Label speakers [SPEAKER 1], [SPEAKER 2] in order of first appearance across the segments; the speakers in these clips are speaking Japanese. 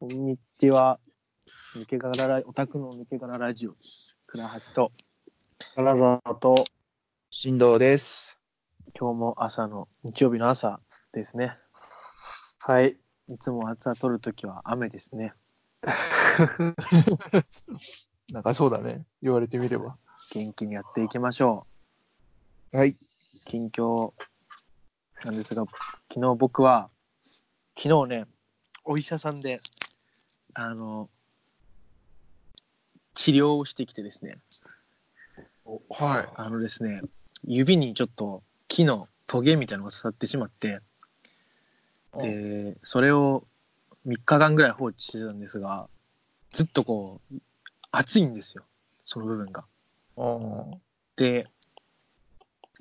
[SPEAKER 1] こんにちは。抜け殻ラオタクの抜け殻ラジオです。倉橋と、
[SPEAKER 2] 金沢と、
[SPEAKER 3] 振動です。
[SPEAKER 1] 今日も朝の、日曜日の朝ですね。
[SPEAKER 2] はい。
[SPEAKER 1] いつも朝撮るときは雨ですね。
[SPEAKER 3] なんかそうだね。言われてみれば。
[SPEAKER 1] 元気にやっていきましょ
[SPEAKER 3] はい。
[SPEAKER 1] う。近況なんですが、昨日僕は、昨日ね、お医者さんで、あの、治療をしてきてですね。
[SPEAKER 3] は
[SPEAKER 1] あのですね、指にちょっと木のトゲみたいなのが刺さってしまって、で、それを3日間ぐらい放置してたんですが、ずっとこう、熱いんですよ、その部分が。
[SPEAKER 3] い。うん。
[SPEAKER 1] で、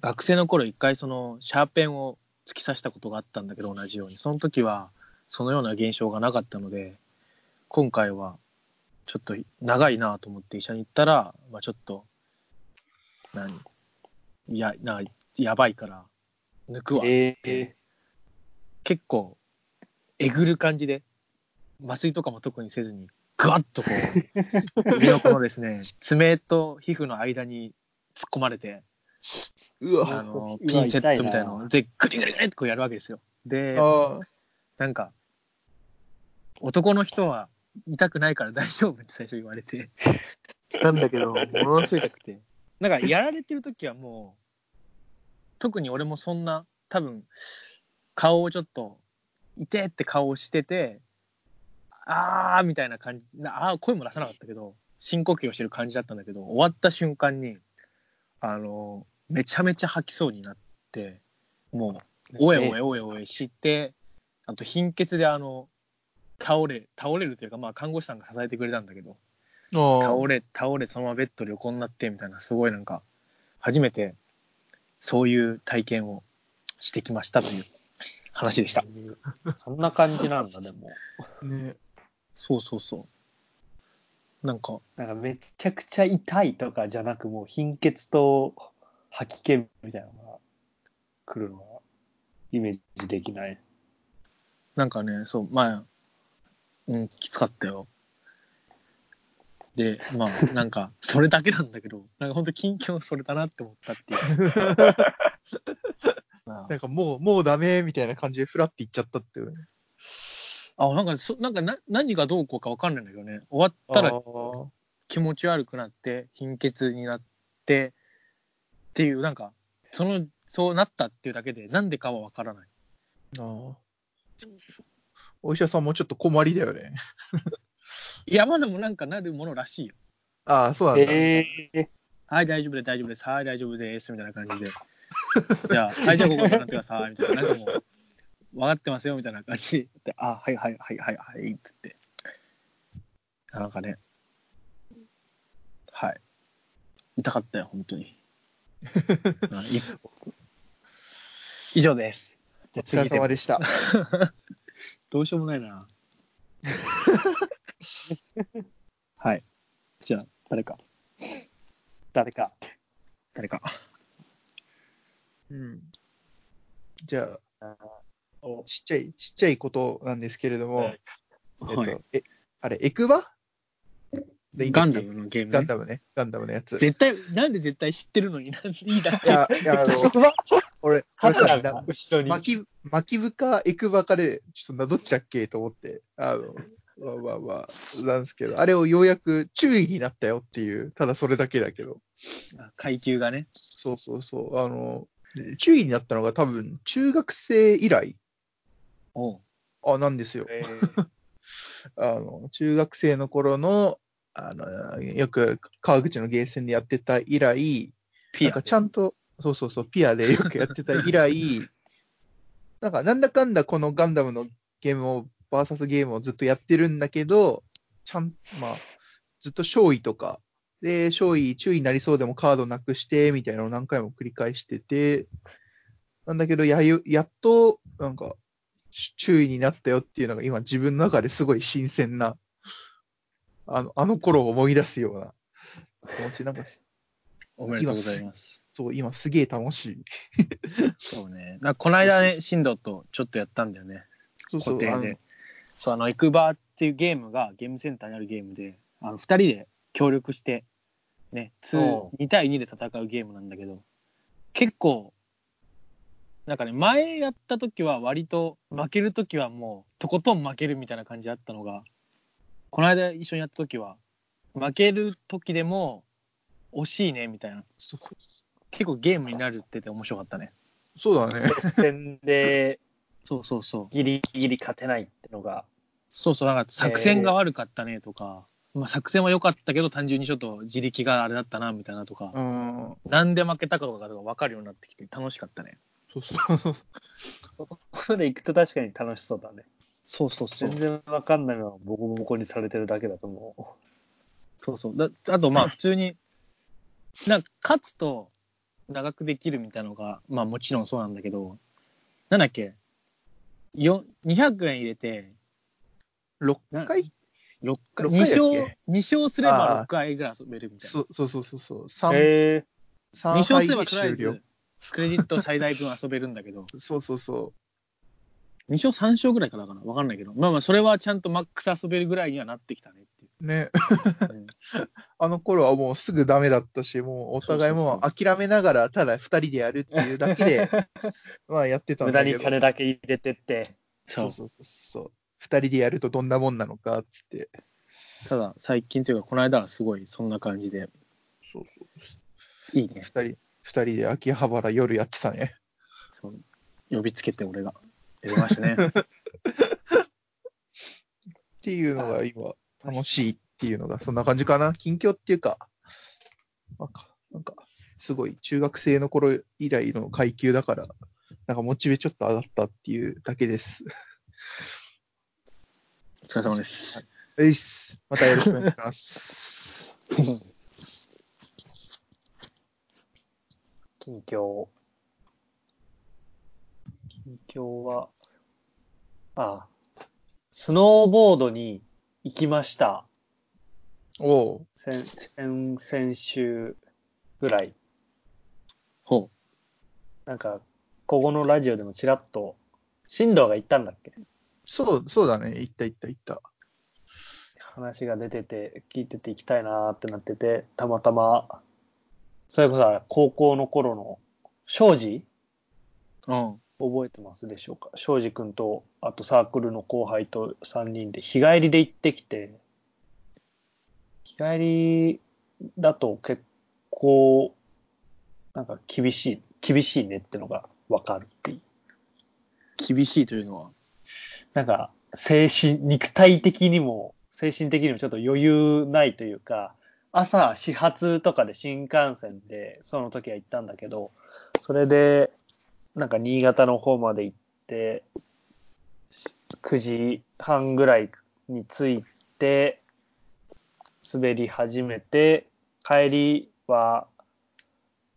[SPEAKER 1] 学生の頃一回そのシャーペンを突き刺したことがあったんだけど、同じように。その時はそのような現象がなかったので、今回はちょっと長いなと思って医者に行ったら、まあ、ちょっと、何いや、なやばいから、抜くわ。
[SPEAKER 2] え
[SPEAKER 1] 結構、えぐる感じで、麻酔とかも特にせずに、ぐわっとこう、身のこのですね、爪と皮膚の間に突っ込まれて、
[SPEAKER 3] う わ。
[SPEAKER 1] あの、ピンセットみたいなので、グリグリグリってこうやるわけですよ。で、
[SPEAKER 3] あ
[SPEAKER 1] なんか、男の人は痛くないから大丈夫って最初言われて、なんだけど、ものすごい痛くて。なんか、やられてる時はもう、特に俺もそんな、多分、顔をちょっと、痛えって顔をしてて、あーみたいな感じ、なあー声も出さなかったけど、深呼吸をしてる感じだったんだけど、終わった瞬間に、あの、めちゃめちゃ吐きそうになって、もう、おえおえおえおえして、あと貧血であの、倒れ、倒れるというか、まあ看護師さんが支えてくれたんだけど、
[SPEAKER 3] あ
[SPEAKER 1] 倒れ、倒れ、そのままベッドで横になってみたいな、すごいなんか、初めてそういう体験をしてきましたという話でした。
[SPEAKER 2] そんな感じなんだ、でも。
[SPEAKER 3] ね。
[SPEAKER 1] そうそうそう。なんか、
[SPEAKER 2] なんかめちゃくちゃ痛いとかじゃなく、もう貧血と吐き気みたいなのが来るのが、イメージできない。
[SPEAKER 1] なんかね、そう、まあ、うん、きつかったよ。で、ま あ、なんか、それだけなんだけど、なんか本当近況それだなって思った っていう。まあ
[SPEAKER 3] なんかもう、もうダメみたいな感じでフラっていっちゃったっていうね。
[SPEAKER 1] あ、なんかそ、なんかな何がどうこうかわかんないんだけどね。終わった
[SPEAKER 3] あ
[SPEAKER 1] ら
[SPEAKER 3] ー
[SPEAKER 1] 気持ち悪くなって、貧血になって、っていう、なんか、その、そうなったっていうだけで、なんでかはわからない。
[SPEAKER 3] あー。お医者さんもちょっと困りだよね。
[SPEAKER 1] いや、まあでもなんかなるものらしいよ。
[SPEAKER 3] ああ、そうなんだ。
[SPEAKER 2] ええ
[SPEAKER 1] はい、大丈夫です、大丈夫です、はい、大丈夫です、みたいな感じで。じゃあ、はい、じゃあここに座ってください、みたいな。なんかもう、分かってますよ、みたいな感じで。あ、はい、はい、はい、はい、はい、つって。なんかね、はい。痛かったよ、本当に。はい以上です。じゃあ
[SPEAKER 3] お
[SPEAKER 1] 次
[SPEAKER 3] 疲れ
[SPEAKER 1] で
[SPEAKER 3] 様でした。
[SPEAKER 1] どうしようもない な。はい。じゃあ、誰か、
[SPEAKER 2] 誰か。
[SPEAKER 1] 誰か。
[SPEAKER 3] うん。じゃあ、
[SPEAKER 2] お
[SPEAKER 3] ちっちゃい、ちっちゃいことなんですけれども、
[SPEAKER 2] はい
[SPEAKER 3] えっ
[SPEAKER 1] はい
[SPEAKER 3] と、え、あれ、エクバ
[SPEAKER 1] ガンダムのゲーム、ね
[SPEAKER 3] ガン。ダムね。ガンダムのやつ。
[SPEAKER 1] 絶対、なんで絶対知ってるのになんでいいだっ
[SPEAKER 3] い
[SPEAKER 1] て。
[SPEAKER 3] や、いや、あの、 俺、俺さ、
[SPEAKER 2] 肌
[SPEAKER 3] な
[SPEAKER 2] が後ろに。
[SPEAKER 3] 巻き、巻き部かエクバかで、ちょっとな、どっちだっけと思って、あの、まあまあまあ、なんですけど、あれをようやく注意になったよっていう、ただそれだけだけど、
[SPEAKER 1] あ階級がね。
[SPEAKER 3] そうそうそう、あの、注意になったのが多分、中学生以来
[SPEAKER 1] おう
[SPEAKER 3] あなんですよ。
[SPEAKER 2] えー
[SPEAKER 3] あの、中学生の頃の、あの、よく川口のゲーセンでやってた以来、
[SPEAKER 1] ピ
[SPEAKER 3] なん
[SPEAKER 1] ア
[SPEAKER 3] か。ちゃんと、そうそうそう、ピアでよくやってた 以来、なんかなんだかんだこのガンダムのゲームを、バーサスゲームをずっとやってるんだけど、ちゃん、まあ、ずっと勝位とか、で、勝位注意になりそうでもカードなくして、みたいなのを何回も繰り返してて、なんだけど、やよ、やっと、なんか、し注意になったよっていうのが今自分の中ですごい新鮮な、あの、あの頃を思い出すような気持ち、なんか、
[SPEAKER 1] おめでとうございます。
[SPEAKER 3] そう、今すげえ楽しい。
[SPEAKER 1] そうね。なんかこの間ね、進藤とちょっとやったんだよね。
[SPEAKER 3] そう
[SPEAKER 1] 固
[SPEAKER 3] そう。
[SPEAKER 1] 定
[SPEAKER 3] あの
[SPEAKER 1] で。そう、あの、エクバーっっていうゲームがゲームセンターにあるゲームで、あの2人で協力して、ね、2,
[SPEAKER 2] お
[SPEAKER 1] 2対2で戦うゲームなんだけど、結構、なんかね、前やった時は割と負ける時はもうとことん負けるみたいな感じだったのが、この間一緒にやった時は、負ける時でも惜しいねみたいな、
[SPEAKER 3] そ
[SPEAKER 1] 結構ゲームになるってて面白かったね。
[SPEAKER 3] そうだね。
[SPEAKER 2] 接戦で
[SPEAKER 1] そうそうそう。
[SPEAKER 2] ギリギリ勝てないってのが、
[SPEAKER 1] そうそう、なんか作戦が悪かったねとか、まあ、作戦は良かったけど、単純にちょっと自力があれだったなみたいなとか、
[SPEAKER 3] うん。
[SPEAKER 1] なんで負けたかとかが分かるようになってきて、楽しかったね。
[SPEAKER 3] そうそうそう。
[SPEAKER 2] ここで行くと確かに楽しそうだね。
[SPEAKER 1] そうそうそ
[SPEAKER 2] 全然わかんないのはボコボコにされてるだけだと思う。
[SPEAKER 1] そうそうだあと、まあ、普通に、なんか勝つと長くできるみたいなのが、まあ、もちろんそうなんだけど、なんだっけ、よ200円入れて、
[SPEAKER 3] 6回
[SPEAKER 1] 六回
[SPEAKER 3] 六
[SPEAKER 1] 2
[SPEAKER 3] 回だっけ
[SPEAKER 1] 勝、二勝すれば6回ぐらい遊べるみたいな。
[SPEAKER 3] そうそうそうそうそう。3、
[SPEAKER 2] へえ
[SPEAKER 1] 2
[SPEAKER 3] 三
[SPEAKER 1] 勝
[SPEAKER 3] 敗
[SPEAKER 1] すれば
[SPEAKER 3] で
[SPEAKER 1] とりあえ
[SPEAKER 3] 終了
[SPEAKER 1] ず。、クレジット最大分遊べるんだけど、
[SPEAKER 3] そうそうそ。
[SPEAKER 1] 2勝3勝ぐらいかなかなわかんないけどまあまあそれはちゃんとマックス遊べるぐらいにはなってきたねっていう
[SPEAKER 3] ね。
[SPEAKER 1] う、うん
[SPEAKER 3] あの頃はもうすぐダメだったし、もうお互い
[SPEAKER 1] そう
[SPEAKER 3] も
[SPEAKER 1] そう
[SPEAKER 3] う諦めながら、ただ2人でやるっていうだけで、まあやってた
[SPEAKER 2] 無
[SPEAKER 3] ん
[SPEAKER 2] 駄
[SPEAKER 3] だ
[SPEAKER 2] に
[SPEAKER 3] けど。
[SPEAKER 2] 金だけ入れてって。
[SPEAKER 1] そ
[SPEAKER 3] そううそうそうそう。2人でやるとどんなもんなのかっつって。
[SPEAKER 1] ただ最近というかこの間はすごいそんな感じで
[SPEAKER 3] そうそう。
[SPEAKER 1] いいね
[SPEAKER 3] 2人、二人で秋葉原夜やってたね。
[SPEAKER 1] そう呼びつけて俺がやりました ね
[SPEAKER 3] っていうのが今、楽しいっていうのが、そんな感じかな。近況っていうか、なんか、なんかすごい中学生の頃以来の階級だから、なんかモチベちょっと上がったっていうだけです。
[SPEAKER 1] お疲れ様です
[SPEAKER 3] ういっす。またよろしくお願いします。
[SPEAKER 2] 近況。近況は、ああスノーボードに行きました。
[SPEAKER 3] おう
[SPEAKER 2] 先、先、先週ぐらい。
[SPEAKER 1] ほ
[SPEAKER 2] なんか、ここのラジオでもちらっと、新藤が行ったんだっけ
[SPEAKER 3] そう、そうだね。行った行った行った。
[SPEAKER 2] 話が出てて、聞いてて行きたいなーってなってて、たまたま、それこそ高校の頃の、庄司
[SPEAKER 1] ううん
[SPEAKER 2] 覚えてますでしょうか庄司君とあとサークルの後輩と3人で日帰りで行ってきて日帰りだと結構なんか厳しい厳しいねってのが分かるっていう
[SPEAKER 1] 厳しいというのは
[SPEAKER 2] なんか精神肉体的にも精神的にもちょっと余裕ないというか朝始発とかで新幹線でその時は行ったんだけどそれでなんか新潟の方まで行って9時半ぐらいに着いて滑り始めて帰りは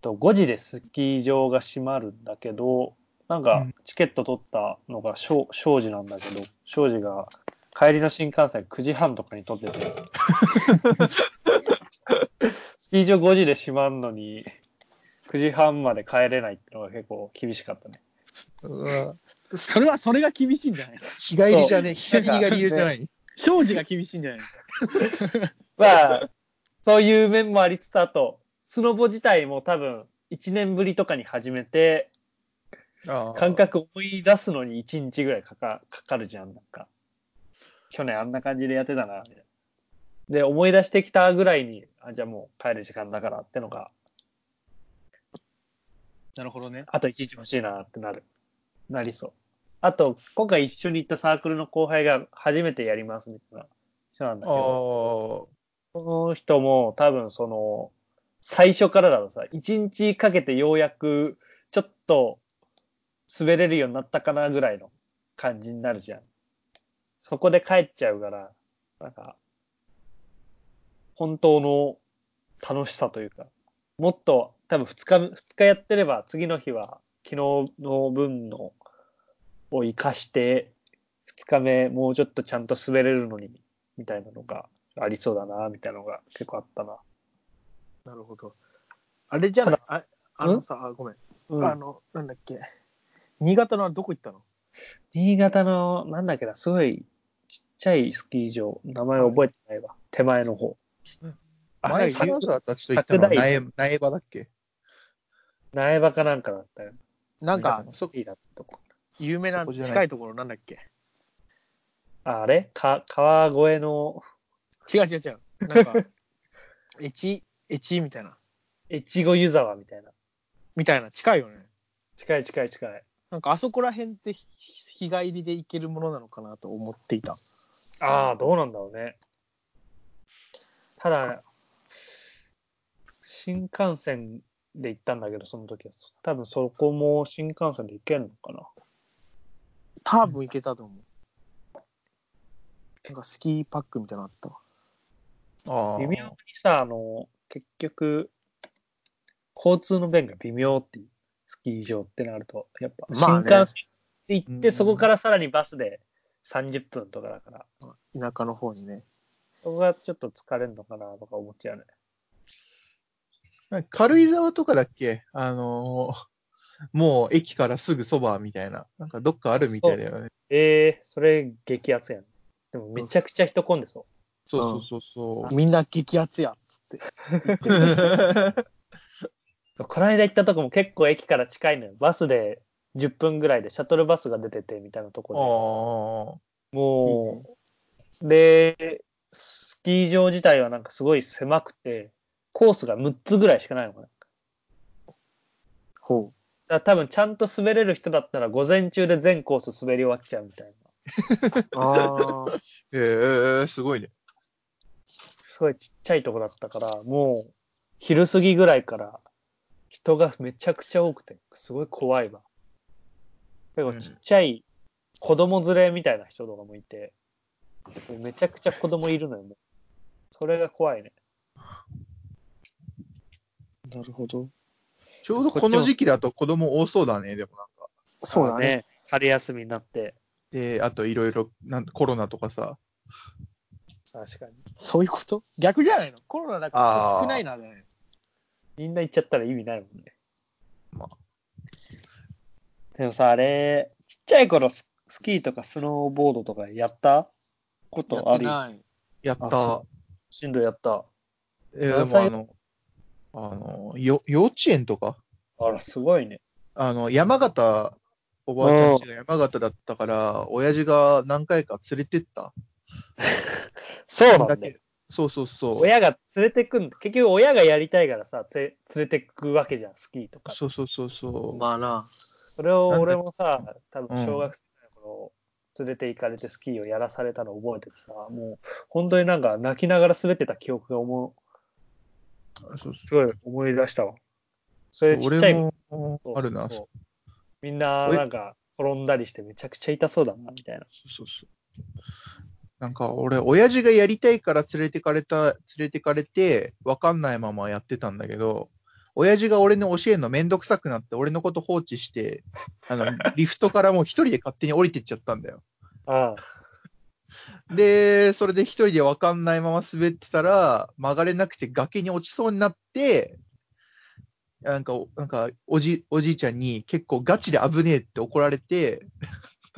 [SPEAKER 2] と5時でスキー場が閉まるんだけどなんかチケット取ったのが庄庄司なんだけど庄司が帰りの新幹線9時半とかに取っててスキー場5時で閉まるのに9時半まで帰れないってのが結構厳しかったね。
[SPEAKER 3] うわ
[SPEAKER 1] それはそれが厳しいんじゃない
[SPEAKER 3] 日帰りじゃねえ。日帰りが理由じゃない。
[SPEAKER 1] 庄司が厳しいんじゃない
[SPEAKER 2] まあ、そういう面もありつつ、あと、スノボ自体も多分、1年ぶりとかに始めて、
[SPEAKER 3] ああ
[SPEAKER 2] 感覚思い出すのに1日ぐらいかかかかるじゃん、なんか。去年あんな感じでやってたな、みたいな。で、思い出してきたぐらいに、あ、じゃあもう帰る時間だからってのが、
[SPEAKER 1] なるほどね
[SPEAKER 2] あと1日欲しいなってなる。なりそう。あと、今回一緒に行ったサークルの後輩が初めてやりますみたいな人なんだ
[SPEAKER 3] あ
[SPEAKER 2] けど。
[SPEAKER 3] ー
[SPEAKER 2] この人も多分その、最初からだとさ、一日かけてようやくちょっと滑れるようになったかなぐらいの感じになるじゃん。そこで帰っちゃうから、なんか、本当の楽しさというか、もっと多分2日、二日やってれば次の日は昨日の分のを活かして、2日目もうちょっとちゃんと滑れるのに、みたいなのがありそうだな、みたいなのが結構あったな。
[SPEAKER 1] なるほどあれじゃ
[SPEAKER 2] ない
[SPEAKER 1] あ
[SPEAKER 2] あの
[SPEAKER 1] さあごめん、
[SPEAKER 2] あの
[SPEAKER 1] のなんだっけ新潟のどこ行ったの
[SPEAKER 2] 新潟の、なんだっけな、すごいちっちちゃいスキー場、名前覚えてないわ。手前の方。あれ
[SPEAKER 3] 前、金沢たちと行ったのは
[SPEAKER 2] 拡大
[SPEAKER 3] 苗苗場だっけ
[SPEAKER 2] 苗場かなんかだったよ。
[SPEAKER 1] なんか、
[SPEAKER 3] そ
[SPEAKER 2] いいなとこ。
[SPEAKER 1] 有名な
[SPEAKER 3] そこじゃない
[SPEAKER 1] 近いところなんだっけ
[SPEAKER 2] ああれか川越の
[SPEAKER 1] 違う違う違う。なんか、 えち、えちみたいな。
[SPEAKER 2] 越後湯沢みたいな。
[SPEAKER 1] みたいな、近いよね。
[SPEAKER 2] 近い近い近い。
[SPEAKER 1] なんかあそこら辺ってひ日帰りで行けるものなのかなと思っていた。
[SPEAKER 2] ああ、どうなんだろうね。ただ、新幹線で行ったんだけど、その時は。多分そこも新幹線で行けるのかな。
[SPEAKER 1] 多分行けたと思う。なんかスキーパックみたいなのあったわ。
[SPEAKER 3] ああ
[SPEAKER 2] 微妙にさ、あの、結局、交通の便が微妙っていう、スキー場ってなると、やっぱ、
[SPEAKER 1] まあ
[SPEAKER 2] 新
[SPEAKER 1] ね
[SPEAKER 2] 幹線で行っ
[SPEAKER 3] う
[SPEAKER 2] て、
[SPEAKER 3] ん
[SPEAKER 2] そこからさらにバスで30分とかだから、
[SPEAKER 1] 田舎の方にね。
[SPEAKER 2] そこがちょっと疲れるのかなとか思っちゃうね。
[SPEAKER 3] なんか軽井沢とかだっけあのーもう駅からすぐそばみたいな。なんかどっかあるみたいだよね。
[SPEAKER 2] ええそれ激アツやね。でもめちゃくちゃ人混んでそう。
[SPEAKER 3] そううんそうそうそう。
[SPEAKER 1] みんな激アツやっつって。
[SPEAKER 2] この間行ったとこも結構駅から近いのよ。バスで10分ぐらいでシャトルバスが出ててみたいなとこ で。
[SPEAKER 3] あ
[SPEAKER 2] もう、で、スキー場自体はなんかすごい狭くて、コースが6つぐらいしかないのかな。だか
[SPEAKER 1] ほ
[SPEAKER 2] ら多分ちゃんと滑れる人だったら午前中で全コース滑り終わっちゃうみたいな。
[SPEAKER 1] う。ああ。
[SPEAKER 3] あ。へえすごいね。
[SPEAKER 2] すごいちっちゃいとこだったから、もう昼過ぎぐらいから人がめちゃくちゃ多くて、すごい怖いわ。結構ちっちゃい子供連れみたいな人とかもいて、めちゃくちゃ子供いるのよ、もう。それが怖いね。
[SPEAKER 1] なるほど。
[SPEAKER 3] ちょうどこの時期だと子供多そうだね、でもなんか。
[SPEAKER 1] そうだね。。
[SPEAKER 2] 春休みになって。
[SPEAKER 3] で、あといろいろ、なんコロナとかさ。
[SPEAKER 2] 確かに。
[SPEAKER 1] そういうこと逆じゃないのコロナだから人少ないな、じゃないの
[SPEAKER 2] みんな行っちゃったら意味ないもんね。
[SPEAKER 3] ま
[SPEAKER 2] でもさ、あれ、ちっちゃい頃ススキーとかスノーボードとかやったことある
[SPEAKER 1] やってない。
[SPEAKER 3] やった
[SPEAKER 2] あそ。しんどいやった。
[SPEAKER 3] えーで
[SPEAKER 2] 何歳
[SPEAKER 3] もあの、あの、よ幼稚園とか、
[SPEAKER 2] あら、すごいね。
[SPEAKER 3] あの、山形、おばあちゃん家が山形だったから、親父が何回か連れてった。
[SPEAKER 2] そう
[SPEAKER 3] それだけ。そうそうそう。
[SPEAKER 2] 親が連れてくんだ。結局親がやりたいからさ、つれ連れてくわけじゃん、スキーとか。
[SPEAKER 3] そうそうそうそう。
[SPEAKER 1] まあな。
[SPEAKER 2] それを
[SPEAKER 3] なんだ
[SPEAKER 2] 俺もさ、多
[SPEAKER 3] うん
[SPEAKER 2] 分小学生の頃、連れて行かれてスキーをやらされたのを覚えててさ、もう本当になんか泣きながら滑ってた記憶が思
[SPEAKER 3] そう
[SPEAKER 2] う、すごい思い出したわ。それちっちゃい
[SPEAKER 3] 俺も
[SPEAKER 2] そう
[SPEAKER 3] あるな。そ
[SPEAKER 2] そううみんななんか転んだりしてめちゃくちゃ痛そうだな、みたいな。
[SPEAKER 3] そうそう。なんか俺、親父がやりたいから連れてかれた、連れてかれて、わかんないままやってたんだけど、親父が俺の教えるのめんどくさくなって、俺のこと放置して、あの、リフトからもう一人で勝手に降りてっちゃったんだよ。
[SPEAKER 2] ああ、
[SPEAKER 3] で、それで一人でわかんないまま滑ってたら、曲がれなくて崖に落ちそうになって、なんか、なんか、おじ、おじいちゃんに結構ガチで危ねえって怒られて、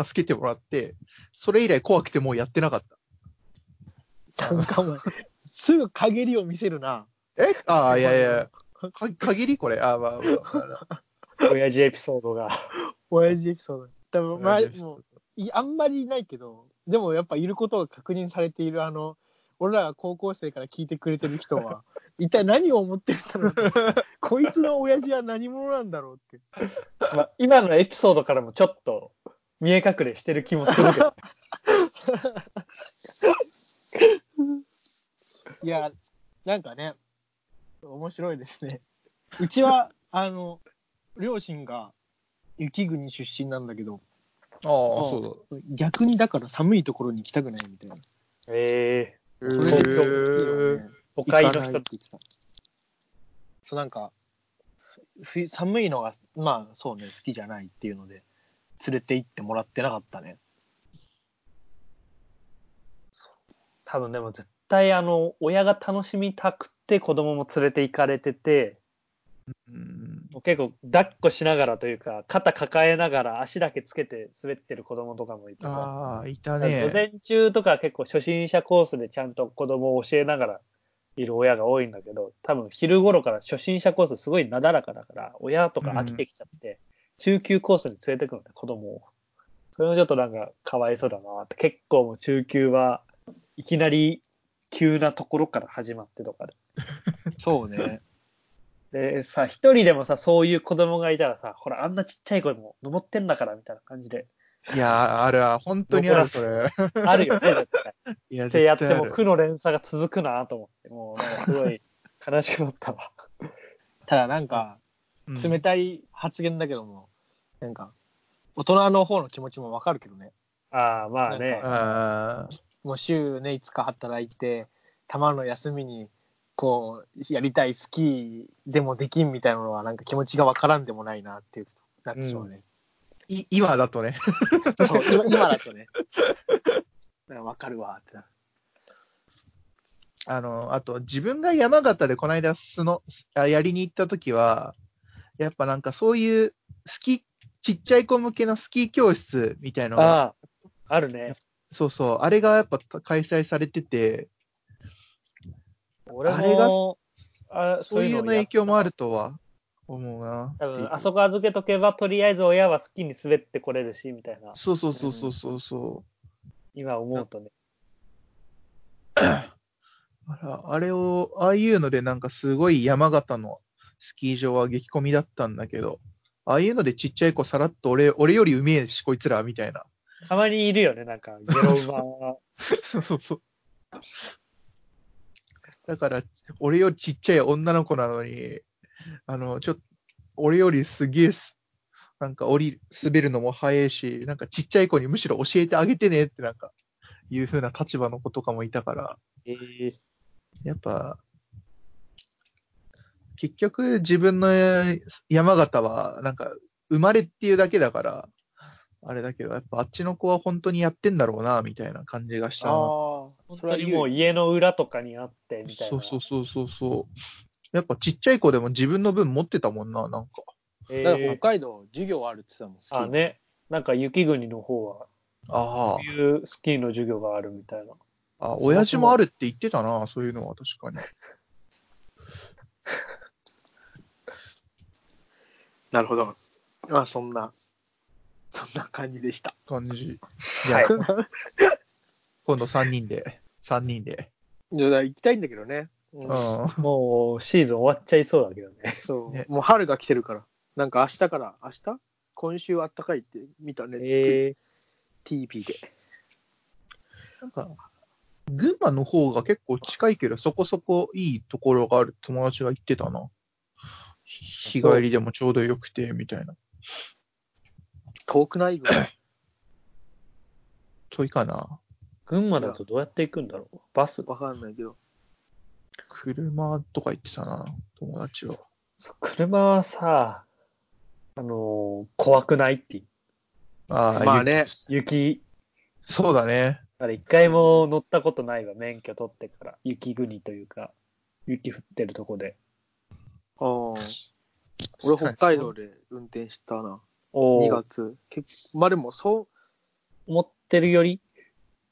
[SPEAKER 3] 助けてもらって、それ以来怖くてもうやってなかった。
[SPEAKER 1] なんかお前、すぐ陰りを見せるな。
[SPEAKER 3] えああ、いやいや、か限りこれ。ああ、まあまあまあ。
[SPEAKER 2] 親父エピソードが。
[SPEAKER 1] 親父エピソード。多分まあ、
[SPEAKER 3] 大丈夫です
[SPEAKER 1] もういあんまりいないけど、でもやっぱいることが確認されている、あの、俺らが高校生から聞いてくれてる人 は、一体何を思ってるんだろうってこいつの親父は何者なんだろうって。
[SPEAKER 2] まあ、今のエピソードからもちょっと見え隠れしてる気もす るけど。
[SPEAKER 1] いや、なんかね、面白いですね。うちは、あの、両親が雪国出身なんだけど、
[SPEAKER 3] ああ、そう
[SPEAKER 1] 逆にだから寒いところに行きたくないみたいな。
[SPEAKER 2] ええ
[SPEAKER 3] だ。
[SPEAKER 1] そ
[SPEAKER 2] ー
[SPEAKER 1] れで今日
[SPEAKER 3] へえ。
[SPEAKER 2] 都
[SPEAKER 1] 行か
[SPEAKER 2] 会
[SPEAKER 1] ない
[SPEAKER 2] の
[SPEAKER 1] って
[SPEAKER 2] 人
[SPEAKER 1] 言ってた。そう、なんか、ふ寒いのが、まあそうね、好きじゃないっていうので、連れて行ってもらってなかった ね。
[SPEAKER 2] 多分でも絶対あの親が楽しみたくて子供も連れて行かれてて
[SPEAKER 3] うん
[SPEAKER 2] 結構抱っこしながらというか、肩抱えながら足だけつけて滑ってる子供とかもいてさ、
[SPEAKER 3] ああ、いた
[SPEAKER 2] 午
[SPEAKER 3] ね。
[SPEAKER 2] 前中とか結構初心者コースでちゃんと子供を教えながらいる親が多いんだけど、多分昼頃から初心者コースすごいなだらかだから、親とか飽きてきちゃって、中級コースに連れてくのね、子供を。それもちょっとなんかかわいそうだなって、結構もう中級はいきなり急なところから始まってとかで。
[SPEAKER 1] そうね。
[SPEAKER 2] でさ、一人でもさ、そういう子供がいたらさ、ほら、あんなちっちゃい子でも登ってんだからみたいな感 じで、
[SPEAKER 3] いやー、あるわ。本当にある、それ。
[SPEAKER 2] あるよね、絶対。
[SPEAKER 3] いや、
[SPEAKER 2] ってやって
[SPEAKER 3] 絶対あ
[SPEAKER 2] も
[SPEAKER 3] る
[SPEAKER 2] 苦の連鎖が続くなと思って、もうなんかすごい悲しくなったわ。
[SPEAKER 1] ただなんか、
[SPEAKER 3] うん
[SPEAKER 1] 冷たい発言だけども、なんか、大人の方の気持ちもわかるけどね。
[SPEAKER 2] ああ、まあね。
[SPEAKER 3] あ
[SPEAKER 1] もう週ね、5日働いて、たまの休みに、こう、やりたいスキーでもできんみたいなのは、なんか気持ちがわからんでもないなっていう、なってしまうね。
[SPEAKER 3] ーい今だとね。
[SPEAKER 1] そう、今 今だとね。なんかわかるわってなる。
[SPEAKER 3] あの、あと、自分が山形でこの間、スノ、あやりに行った時は、やっぱなんかそういう、スキー、ちっちゃい子向けのスキー教室みたいのが、
[SPEAKER 2] ああ、あるね。
[SPEAKER 3] そうそう、あれがやっぱ開催されてて、
[SPEAKER 2] 俺
[SPEAKER 3] あれが
[SPEAKER 2] も、あ
[SPEAKER 3] そういうの
[SPEAKER 2] や
[SPEAKER 3] 影響もあるとは思うなって
[SPEAKER 2] 多
[SPEAKER 3] いう。
[SPEAKER 2] 分、あそこ預けとけば、とりあえず親は好きに滑ってこれるし、みたいな、
[SPEAKER 3] そうそうそうそうそうそ
[SPEAKER 2] 今思うとね。
[SPEAKER 3] う。あら、あれを、ああいうのでなんかすごい山形のスキー場は激混みだったんだけど、ああいうのでちっちゃい子さらっと俺、俺よりうめえし、こいつら、みたいな。
[SPEAKER 2] たまにいるよね、なんか、ゲロ馬
[SPEAKER 3] そうそうそう。だから、俺よりちっちゃい女の子なのに、あの、ちょっと、俺よりすげえす、なんか降りる、滑るのも早いし、なんかちっちゃい子にむしろ教えてあげてねってなんか、いう風な立場の子とかもいたから、
[SPEAKER 2] えー
[SPEAKER 3] やっぱ、結局自分のえー山形は、なんか、生まれっていうだけだから、あれだけど、やっぱあっちの子は本当にやってんだろうな、みたいな感じがしたな。
[SPEAKER 2] ああ、本当にもう家の裏とかにあって、みたいな。
[SPEAKER 3] そうそうそうそうそう。やっぱちっちゃい子でも自分の分持ってたもんな、なんか。
[SPEAKER 2] え
[SPEAKER 1] だから
[SPEAKER 2] ー
[SPEAKER 1] 北海道、授業あるって言ってたもん、
[SPEAKER 2] あ、ね。なんか雪国の方は、
[SPEAKER 3] あ
[SPEAKER 2] こういうスキーの授業があるみたいな。
[SPEAKER 3] あ、あ親父もあるって言ってたな、そういうのは確かに。
[SPEAKER 1] なるほど。まあ、そんな、そんな感じでした。
[SPEAKER 3] 感じ。
[SPEAKER 2] はい
[SPEAKER 3] いや、 今度3人で、3人で。
[SPEAKER 1] いやだから行きたいんだけどね。う
[SPEAKER 3] うんん。あ
[SPEAKER 2] もうシーズン終わっちゃいそうだけどね。
[SPEAKER 1] そう、
[SPEAKER 3] ね
[SPEAKER 1] もう春が来てるから、なんか明日から、明日今週あったかいって見たね、
[SPEAKER 2] え
[SPEAKER 1] TV で。
[SPEAKER 3] なんか、群馬の方が結構近いけど、そこそこいいところがある友達が言ってたな。日帰りでもちょうどよくて、みたいな。
[SPEAKER 1] 遠くないぐらい。
[SPEAKER 3] 遠いかな。
[SPEAKER 2] 群馬だとどうやって行くんだろうバス
[SPEAKER 1] わかんないけど。
[SPEAKER 3] 車とか言ってたな、友達は。
[SPEAKER 2] 車はさ、あのー怖くないって。
[SPEAKER 3] ああ、
[SPEAKER 1] まあね
[SPEAKER 3] 雪
[SPEAKER 2] 雪、
[SPEAKER 3] そうだね。
[SPEAKER 2] あれ一回も乗ったことないわ、免許取ってから。雪国というか、雪降ってるとこで。
[SPEAKER 1] あー俺、北海道で運転したな、
[SPEAKER 2] お
[SPEAKER 1] 2
[SPEAKER 2] ー
[SPEAKER 1] 月。結構まあでも、そう、
[SPEAKER 2] 思ってるより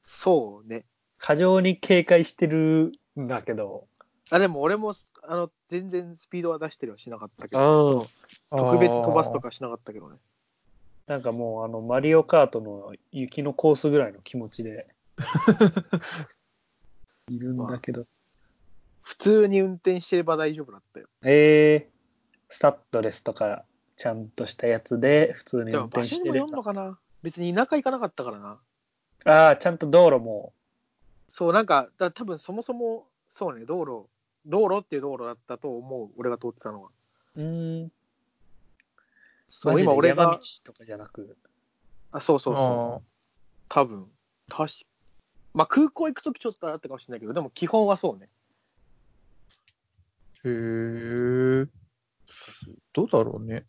[SPEAKER 1] そうね。
[SPEAKER 2] 過剰に警戒してるんだけど。
[SPEAKER 1] あ、でも俺も、あの、全然スピードは出してるはしなかったけど、
[SPEAKER 2] うん。
[SPEAKER 1] 特別飛ばすと
[SPEAKER 3] か。
[SPEAKER 1] かしなかったけどね。
[SPEAKER 2] なんかもう、あの、マリオカートの雪のコースぐらいの気持ち で。いるんだけど。
[SPEAKER 1] 普通に運転してれば大丈夫だったよ。
[SPEAKER 2] えー、スタッドレスとか、ちゃんとしたやつで、普通
[SPEAKER 1] で
[SPEAKER 2] に運
[SPEAKER 1] も場
[SPEAKER 2] 転
[SPEAKER 1] 所
[SPEAKER 2] し
[SPEAKER 1] に
[SPEAKER 2] て
[SPEAKER 1] も
[SPEAKER 2] れ
[SPEAKER 1] よんのか
[SPEAKER 2] ば。
[SPEAKER 1] な別に田舎行かなかったからな。
[SPEAKER 2] ああ、ちゃんと道路も。
[SPEAKER 1] そう、なんか、だ多分そもそも、そうね、道路、道路っていう道路だったと思う、俺が通ってたのは。
[SPEAKER 2] うーん。
[SPEAKER 1] そう、今俺
[SPEAKER 2] 山道
[SPEAKER 1] が、
[SPEAKER 2] とかじゃなく。
[SPEAKER 1] あそうそうそう、
[SPEAKER 3] ああ
[SPEAKER 1] 多分確かまあ、空港行くときちょっとあったかもしれないけど、でも基本はそうね。
[SPEAKER 3] へえ。どうだろうね。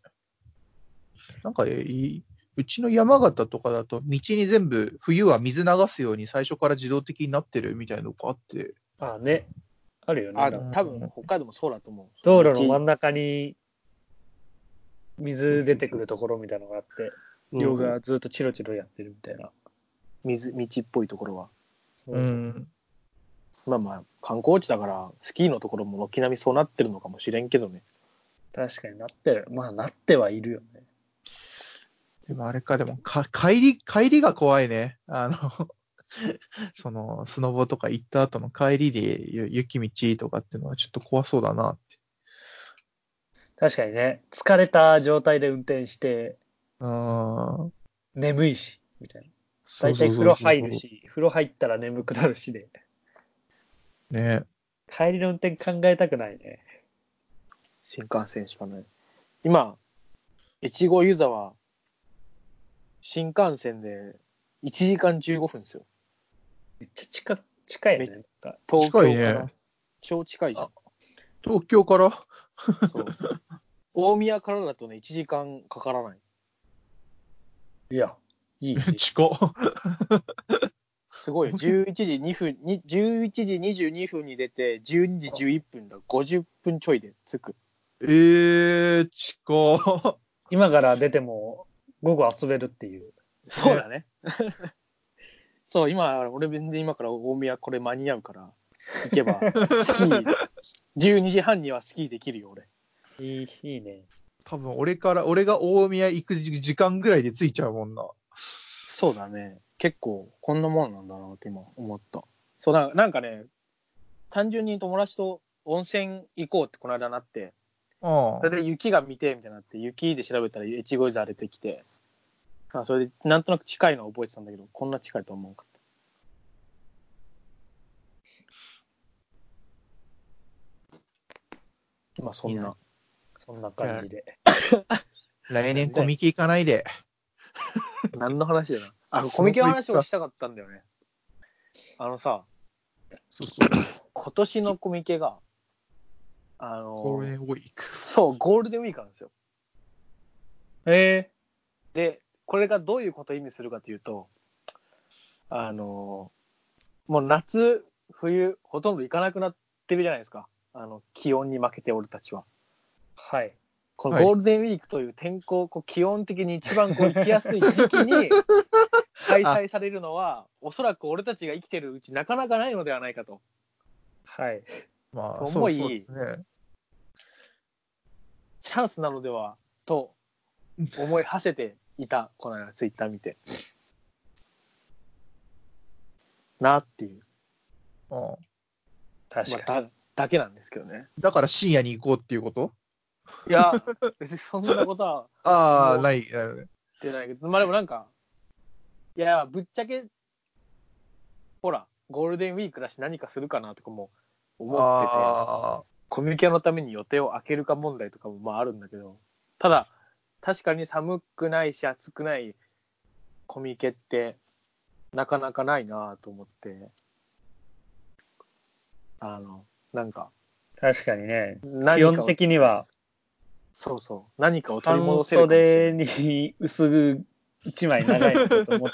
[SPEAKER 3] なんか、えいいうちの山形とかだと、道に全部、冬は水流すように最初から自動的になってるみたいなのがあって、
[SPEAKER 2] ああね。あるよね。
[SPEAKER 1] あ
[SPEAKER 2] なんか
[SPEAKER 1] 多分北海道もそうだと思う。
[SPEAKER 2] 道路の真
[SPEAKER 1] 道
[SPEAKER 2] ん中に、水出てくるところみたいなのがあって、両側ずっとチロチロやってるみたいな。
[SPEAKER 1] 水、道っぽいところは。
[SPEAKER 2] そう
[SPEAKER 3] うん。
[SPEAKER 1] まあまあ、観光地だから、スキーのところも軒並みそうなってるのかもしれんけどね。
[SPEAKER 2] 確かになってる。まあ、なってはいるよね。
[SPEAKER 3] でもあれか、でもか、帰り、帰りが怖いね。あの、 その、スノボとか行った後の帰りでゆ雪道とかっていうのはちょっと怖そうだなって。
[SPEAKER 2] 確かにね、疲れた状態で運転して、
[SPEAKER 3] うーん。
[SPEAKER 2] 眠いし、みたいな。
[SPEAKER 3] そ
[SPEAKER 2] 大
[SPEAKER 3] うそう
[SPEAKER 2] 体
[SPEAKER 3] そうそ
[SPEAKER 2] 風
[SPEAKER 3] う
[SPEAKER 2] 呂入る。し、風呂入ったら眠くなるしで、
[SPEAKER 3] ね。
[SPEAKER 2] 帰りの運転考えたくないね。
[SPEAKER 1] 新幹線しかない。今、越後湯沢、新幹線で1時間15分ですよ。
[SPEAKER 2] めっちゃ近近いよね。
[SPEAKER 1] め
[SPEAKER 2] なんか
[SPEAKER 1] 東京か
[SPEAKER 3] 近
[SPEAKER 1] ら。
[SPEAKER 3] いね。
[SPEAKER 1] 超近いじゃん。
[SPEAKER 3] 東京から
[SPEAKER 1] そう。大宮からだとね、1時間かからない。
[SPEAKER 2] いや、いい。
[SPEAKER 3] 近っ。
[SPEAKER 1] すごい よ。11時2分、に11時22分に出て、12時11分だ。50分ちょいで着く。
[SPEAKER 3] えー、近っ。
[SPEAKER 2] 今から出ても午後遊べるっていう。
[SPEAKER 1] そうだね。そう、今、俺全然今から大宮これ間に合うから、行けば、スキ ー、12時半にはスキーできるよ、俺。
[SPEAKER 2] いいいいね。
[SPEAKER 3] 多分俺から、俺が大宮行く時時間ぐらいで着いちゃうもんな。
[SPEAKER 1] そうだね。結構、こんなもんなんだなって今思った。そうな、なんかね、単純に友達と温泉行こうってこの間なって、
[SPEAKER 3] うん
[SPEAKER 1] そ。 れで雪が見てえみたいになって、雪で調べたら越後湯沢出てきて、あそれでなんとなく近いのは覚えてたんだけど、こんな近いとは思わなかっ
[SPEAKER 2] まあ
[SPEAKER 1] た。そん
[SPEAKER 3] いい
[SPEAKER 1] な
[SPEAKER 3] な。
[SPEAKER 2] そんな感じで。
[SPEAKER 3] 来年コミケ行かないで。
[SPEAKER 1] 何の話だな。あ、
[SPEAKER 3] スノボ
[SPEAKER 1] コミケの話をしたかったんだよね。あのさ、
[SPEAKER 3] そうそう。
[SPEAKER 1] 今年のコミケが、あ
[SPEAKER 3] ゴールデ
[SPEAKER 1] の、
[SPEAKER 3] ンウィーク。
[SPEAKER 1] そう、ゴールデンウィークなんですよ。
[SPEAKER 2] え
[SPEAKER 1] で、これがどういうことを意味するかというと、あの、もう夏、冬、ほとんど行かなくなってるじゃないですか。あの、気温に負けて俺たちは。
[SPEAKER 2] ー、はい。
[SPEAKER 1] この
[SPEAKER 3] はい
[SPEAKER 1] ゴールデンウィークという天候、こう気温的に一番こう行きやすい時期 に開催されるのは、おそらく俺たちが生きてるうちなかなかないのではないかと。
[SPEAKER 2] はい。
[SPEAKER 3] まあ、
[SPEAKER 1] 重
[SPEAKER 3] そう
[SPEAKER 1] い
[SPEAKER 3] そうですね。
[SPEAKER 1] チャンスなのではと思い馳せていた、この間ツイッター見て。なっていう、
[SPEAKER 3] うん。
[SPEAKER 2] 確
[SPEAKER 1] ま
[SPEAKER 2] か
[SPEAKER 1] あ、だだけなんですけどね。
[SPEAKER 3] だから深夜に行こうっていうこと
[SPEAKER 1] いや、別にそんなことは
[SPEAKER 3] あ
[SPEAKER 1] も
[SPEAKER 3] あ、
[SPEAKER 1] う
[SPEAKER 3] ない。なるほどね
[SPEAKER 1] 言ってないけど、まあでもなんか、いや、ぶっちゃけ、ほら、ゴールデンウィークだし何かするかなとかも思ってて。
[SPEAKER 3] あ
[SPEAKER 1] コミケのために予定を空けるか問題とかもまああるんだけど、ただ、確かに寒くないし暑くないコミケってなかなかないなと思って、あの、なんか、
[SPEAKER 2] に。確かにね。
[SPEAKER 1] 何
[SPEAKER 2] 基
[SPEAKER 1] かを
[SPEAKER 2] 本的には、
[SPEAKER 1] そうそう、何かを取り
[SPEAKER 2] 半
[SPEAKER 1] 戻せるかもしれ
[SPEAKER 2] 袖
[SPEAKER 1] ない。
[SPEAKER 2] に薄く一枚長いのちょっと持っ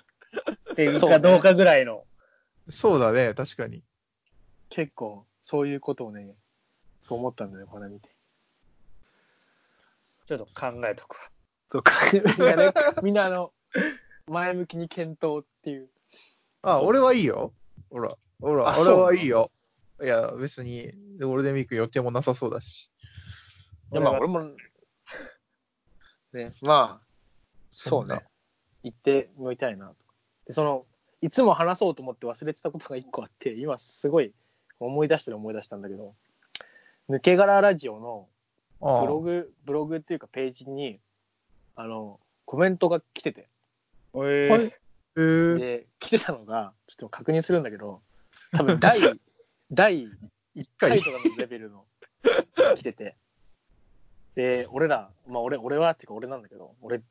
[SPEAKER 2] てるかどうかぐらいの。
[SPEAKER 3] あ、そうだね。確かに。
[SPEAKER 1] 結構、そういうことをね、そう思ったんだよ、これ見て。
[SPEAKER 2] ちょっと考えとくわ。
[SPEAKER 1] とか、みんなね、 みんなあの、前向きに検討っていう。
[SPEAKER 3] ああ、俺はいいよ。ほら、ほら、
[SPEAKER 1] あ
[SPEAKER 3] 俺はい
[SPEAKER 1] そう
[SPEAKER 3] いよ。いや、別に、ゴールデンウィーク予定もなさそうだし。
[SPEAKER 1] いや、まあ俺も、ね、まあ、そうん
[SPEAKER 3] な
[SPEAKER 1] ね。。行ってみたいなとか。で、その、いつも話そうと思って忘れてたことが一個あって、今すごい思い出したら思い出したんだけど、抜け殻ラジオの
[SPEAKER 3] あ
[SPEAKER 1] ブログ、ブログっていうかページに、あの、コメントが来てて、
[SPEAKER 2] え
[SPEAKER 3] はい
[SPEAKER 2] ー、
[SPEAKER 3] あ。へえ。
[SPEAKER 1] で、来てたのが、ちょっと確認するんだけど、多分第、第1回とかのレベルの、来てて。で、俺ら、まあ俺、俺はっていうか俺なんだけど、俺、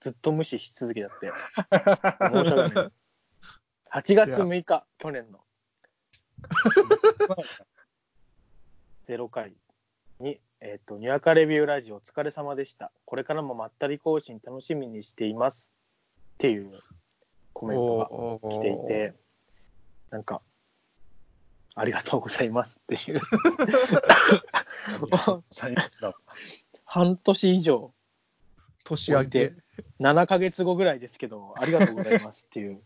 [SPEAKER 1] ずっと無視し続けちゃって。申し訳ない。8月6日、去年の0回に、えっ、と、にわかレビューラジオお疲れ様でした。これからもまったり更新楽しみにしています。っていうコメントが。
[SPEAKER 3] おー
[SPEAKER 1] 来てい。て、なんか、ありがとうございますっていう、
[SPEAKER 2] サイエンスだわ。
[SPEAKER 1] 半年以上
[SPEAKER 3] 年明け。
[SPEAKER 1] 7ヶ月後ぐらいですけど、ありがとうございますって いう。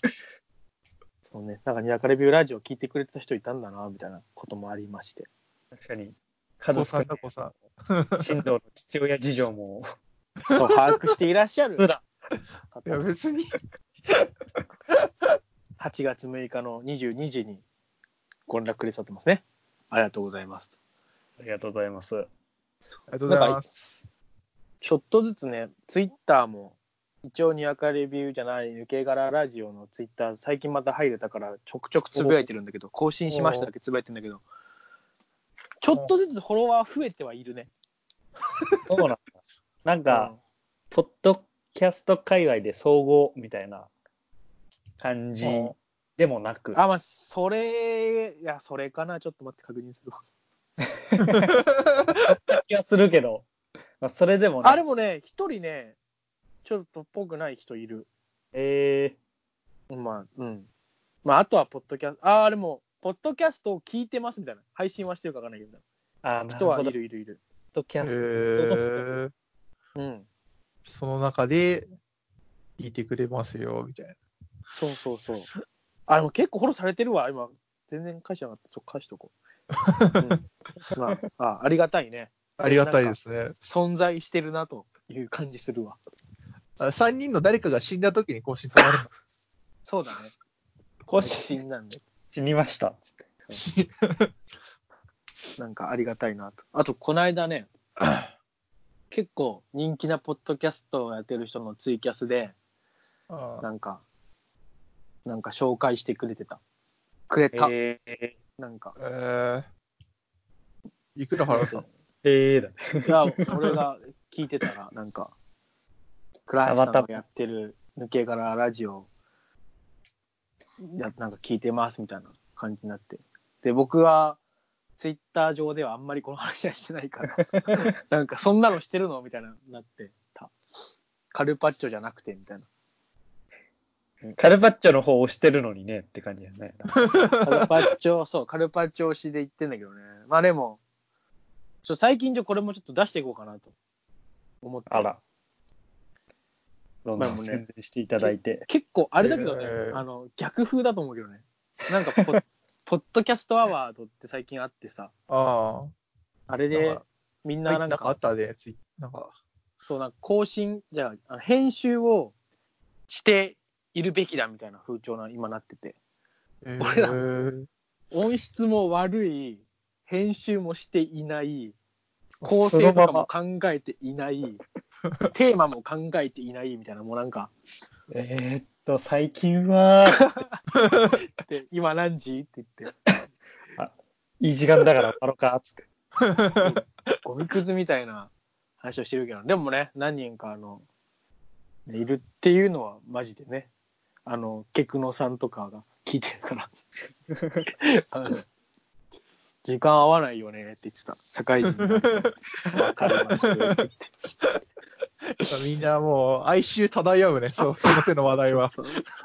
[SPEAKER 1] そうね、なんか、にわかレビューラジオ聞いてくれてた人いたんだな、みたいなこともありまして。
[SPEAKER 2] 確かに、
[SPEAKER 3] タ
[SPEAKER 2] 数
[SPEAKER 3] コ
[SPEAKER 2] 少
[SPEAKER 3] さ、
[SPEAKER 2] なんい
[SPEAKER 3] タコさん。
[SPEAKER 2] 神道の父親事情も、
[SPEAKER 1] そう、把握していらっしゃる
[SPEAKER 2] そうだ、
[SPEAKER 3] いや、別に。
[SPEAKER 1] 8月6日の22時にご連絡くれさってますね。ありがとうございます。
[SPEAKER 2] ありがとうございます。
[SPEAKER 3] ありがとうございます。
[SPEAKER 1] ちょっとずつね、ツイッターも、一応にわかレビューじゃない、抜け殻ラジオのツイッター、最近また入れたから、ちょくちょくつぶやいてるんだけど、更新しましただけつぶやいてるんだけど、ちょっとずつフォロワー増えてはいるね。
[SPEAKER 2] そうなんだ。なんか、ポッドキャスト界隈で総合みたいな感じでもな
[SPEAKER 1] う
[SPEAKER 2] く
[SPEAKER 1] ん、、あ、まあ、それ、いや、それかな、ちょっと待って、確認するわ。
[SPEAKER 2] 気はするけど、まあ、それでもね、
[SPEAKER 1] あ、でもね、一人ね、ちょっとっぽくない人いる。
[SPEAKER 2] え
[SPEAKER 1] まあ、うん。まあ、あとは、ポッドキャスト、ああ、でも、ポッドキャストを聞いてますみたいな、配信はしてるかわかんないけど、
[SPEAKER 2] ー、あ、なる
[SPEAKER 1] 人は
[SPEAKER 2] ほど、
[SPEAKER 1] い
[SPEAKER 2] ポッ
[SPEAKER 1] るいるいる。
[SPEAKER 2] ドキ
[SPEAKER 3] へ
[SPEAKER 2] ャス
[SPEAKER 3] ー
[SPEAKER 1] うん。
[SPEAKER 3] その中で、聞いてくれますよ、みたいな。
[SPEAKER 1] そうそう そう。あ、でも結構フォローされてるわ、今。全然返してなかった。ちょっと返しとこ う。うん、まああ、ありがたいね。
[SPEAKER 3] ありがたいですね。
[SPEAKER 1] 存在してるなという感じするわ。
[SPEAKER 3] あ3人の誰かが死んだ時に更新止まるの
[SPEAKER 1] そうだね。
[SPEAKER 2] ト。
[SPEAKER 1] 更
[SPEAKER 2] 更新
[SPEAKER 1] 新なんで、
[SPEAKER 2] 死にました、つって。
[SPEAKER 3] し。
[SPEAKER 1] なんかありがたいなと。あと、この間 ね、結構人気なポッドキャストをやってる人のツイキャスで、
[SPEAKER 3] あ
[SPEAKER 1] なんか、なんか紹介してくれてた。くれた。
[SPEAKER 2] え
[SPEAKER 1] なんか
[SPEAKER 3] ー。えー、いくら 払ったの
[SPEAKER 2] ー、えーだ。
[SPEAKER 1] いや、俺が聞いてたら、なんか、倉橋さんがやってる抜け殻ラジオ、やなんか聞いてますみたいな感じになって。で、僕は、ツイッター上ではあんまりこの話はしてない から、なんかそんなのしてるのみたいななってた。カルパッチョじゃなくてみたいな。
[SPEAKER 2] カルパッチョの方を押してるのにねって感じだよね。
[SPEAKER 1] カルパッチョ、 そう、カルパッチョ推しで言ってんだけどね。まあでも、ちょ最近ちょこれもちょっと出していこうかなと思って。
[SPEAKER 2] あら。どんど
[SPEAKER 1] まあ
[SPEAKER 2] ん
[SPEAKER 1] もうね
[SPEAKER 2] 宣伝していただいて。
[SPEAKER 1] 結構あれだけどね、
[SPEAKER 3] えー
[SPEAKER 1] あの逆風だと思うけどねなんか ポポッドキャストアワードって最近あってさ
[SPEAKER 3] あ
[SPEAKER 1] あれ
[SPEAKER 3] なん
[SPEAKER 1] で
[SPEAKER 3] か
[SPEAKER 1] みん
[SPEAKER 3] あ。
[SPEAKER 1] な
[SPEAKER 3] な
[SPEAKER 1] なんん
[SPEAKER 3] か
[SPEAKER 1] か
[SPEAKER 3] あったで、ツイなんか。
[SPEAKER 1] そうなんか更新じゃああの編集をしているべきだみたいな風潮な今なってて
[SPEAKER 3] え
[SPEAKER 1] 俺ら
[SPEAKER 3] ー、
[SPEAKER 1] 音質も悪い編集もしていない構成とかも考えていない テーマも考えていないみたいなもうなんか
[SPEAKER 2] えー、っと、最近は、
[SPEAKER 1] で今何時って言って
[SPEAKER 2] いい時間だから終わろうか、つって。
[SPEAKER 1] ゴミくずみたいな話をしてるけど、でもね、何人かあの、ねいるっていうのはマジでね、あの、ケクノさんとかが聞いてるから、あの 時間合わないよねって言ってた。社会人になるとわかりますって言って。
[SPEAKER 3] みんなもう哀愁 漂うね、そうその手の話題は。
[SPEAKER 1] そ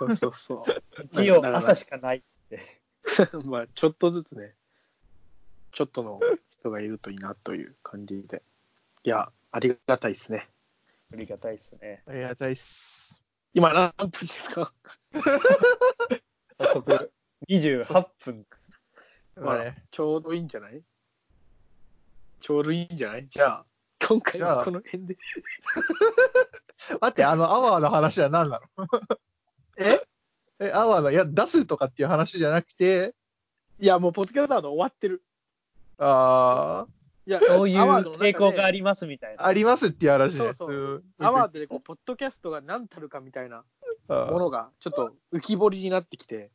[SPEAKER 1] うそうそ
[SPEAKER 2] 一
[SPEAKER 1] だか
[SPEAKER 2] 応、
[SPEAKER 1] ら
[SPEAKER 2] 朝しかないっつって。
[SPEAKER 1] う。まあ、ちょっとずつね、ちょっとの人がいるといいなという感じで。いや、ありがたいですね。
[SPEAKER 2] ありがたいっすね。
[SPEAKER 3] ありがたいっす。
[SPEAKER 1] 今何分ですか
[SPEAKER 2] 早速、28分。
[SPEAKER 3] まあね、
[SPEAKER 1] ちょうどいいんじゃないちょうどいいんじゃないじゃあ、今回
[SPEAKER 3] じゃ
[SPEAKER 1] は
[SPEAKER 3] あ
[SPEAKER 1] この辺で。
[SPEAKER 3] 待って、あの、アワーの話は何なの
[SPEAKER 1] え
[SPEAKER 3] え、アワーの、いや、出すとかっていう話じゃなくて、
[SPEAKER 1] いや、もう、ポッドキャストアワード終わってる。
[SPEAKER 3] あ
[SPEAKER 1] いや、
[SPEAKER 2] そういう
[SPEAKER 1] アワードの中で
[SPEAKER 2] 傾向がありますみたい
[SPEAKER 3] ー
[SPEAKER 2] な。
[SPEAKER 3] ありますっていう話ね。
[SPEAKER 1] そうそう
[SPEAKER 3] うん
[SPEAKER 1] アワードでこう、ポッドキャストが何たるかみたいな
[SPEAKER 3] あー
[SPEAKER 1] ものが、ちょっと浮き彫りになってきて、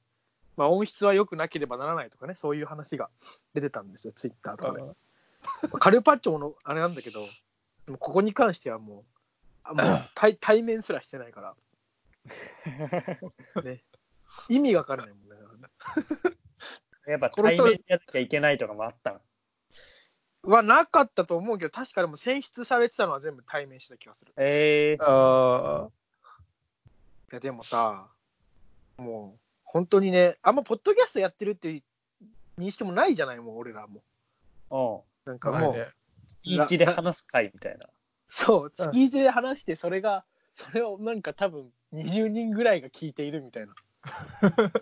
[SPEAKER 1] まあ、音質は良くなければならないとかね、そういう話が出てたんですよ、ツイッターとかで。
[SPEAKER 3] あ
[SPEAKER 1] カルパッチョのあれなんだけど、でもここに関してはもう、あも う対対面すらしてないから、ね、意味がわからないもんね。
[SPEAKER 2] やっぱ対面でやらなきゃいけないとかもあったの。
[SPEAKER 1] はなかったと思うけど、確かでも選出されてたのは全部対面した気がする。
[SPEAKER 2] えー、
[SPEAKER 3] あ
[SPEAKER 1] いや、でもさ、もう、本当にね、あんまポッドキャストやってるっていう認識もないじゃない、もう俺らも。
[SPEAKER 2] うん。
[SPEAKER 1] なんか
[SPEAKER 3] ー、
[SPEAKER 1] も
[SPEAKER 3] もう
[SPEAKER 1] う、
[SPEAKER 2] スピーチで話す会みたいな。
[SPEAKER 1] そう、月一で話して、それが、それをなんか多分20人ぐらいが聞いているみたいな。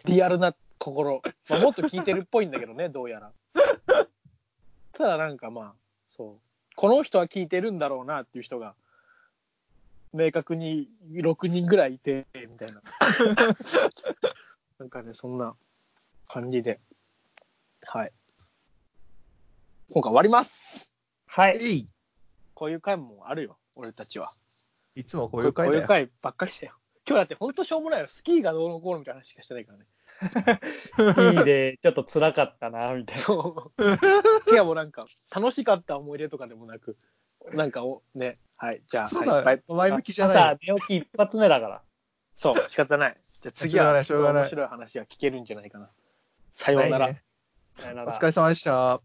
[SPEAKER 1] リアルな心。まあ、もっと聞いてるっぽいんだけどね、どうやら。ただなんかまあ、そう。この人は聞いてるんだろうなっていう人が、明確に6人ぐらいいて、みたいな。なんかね、そんな感じで。はい。今回終わります。
[SPEAKER 2] は
[SPEAKER 3] え
[SPEAKER 2] い。
[SPEAKER 3] い、
[SPEAKER 1] こういう回もあるよ、俺たちは。
[SPEAKER 3] いつもこういう
[SPEAKER 1] こ
[SPEAKER 3] 回
[SPEAKER 1] う
[SPEAKER 3] だ
[SPEAKER 1] いう
[SPEAKER 3] よ。
[SPEAKER 1] 回ばっかりだよ。今日だって本当しょうもないよ。スキーがどうのこうのみたいな話しかしてないからね。
[SPEAKER 2] いいで、ちょっと辛かったな、みたいな。
[SPEAKER 1] そう。いやもうなんか、楽しかった思い出とかでもなく、なんかお、ね、はい、じゃあ、
[SPEAKER 3] そう
[SPEAKER 1] は
[SPEAKER 3] だ、
[SPEAKER 1] い、バイ
[SPEAKER 3] 前向きじゃない。
[SPEAKER 2] 朝、寝起き一発目だから。
[SPEAKER 1] そう、仕方ない。じゃあ次は、
[SPEAKER 3] しょうがないしょう
[SPEAKER 1] 面白
[SPEAKER 3] がない
[SPEAKER 1] い話が聞けるんじゃないかな。さようなら。
[SPEAKER 3] ないね
[SPEAKER 2] さよな
[SPEAKER 3] お
[SPEAKER 2] ら
[SPEAKER 3] 疲れ様でした。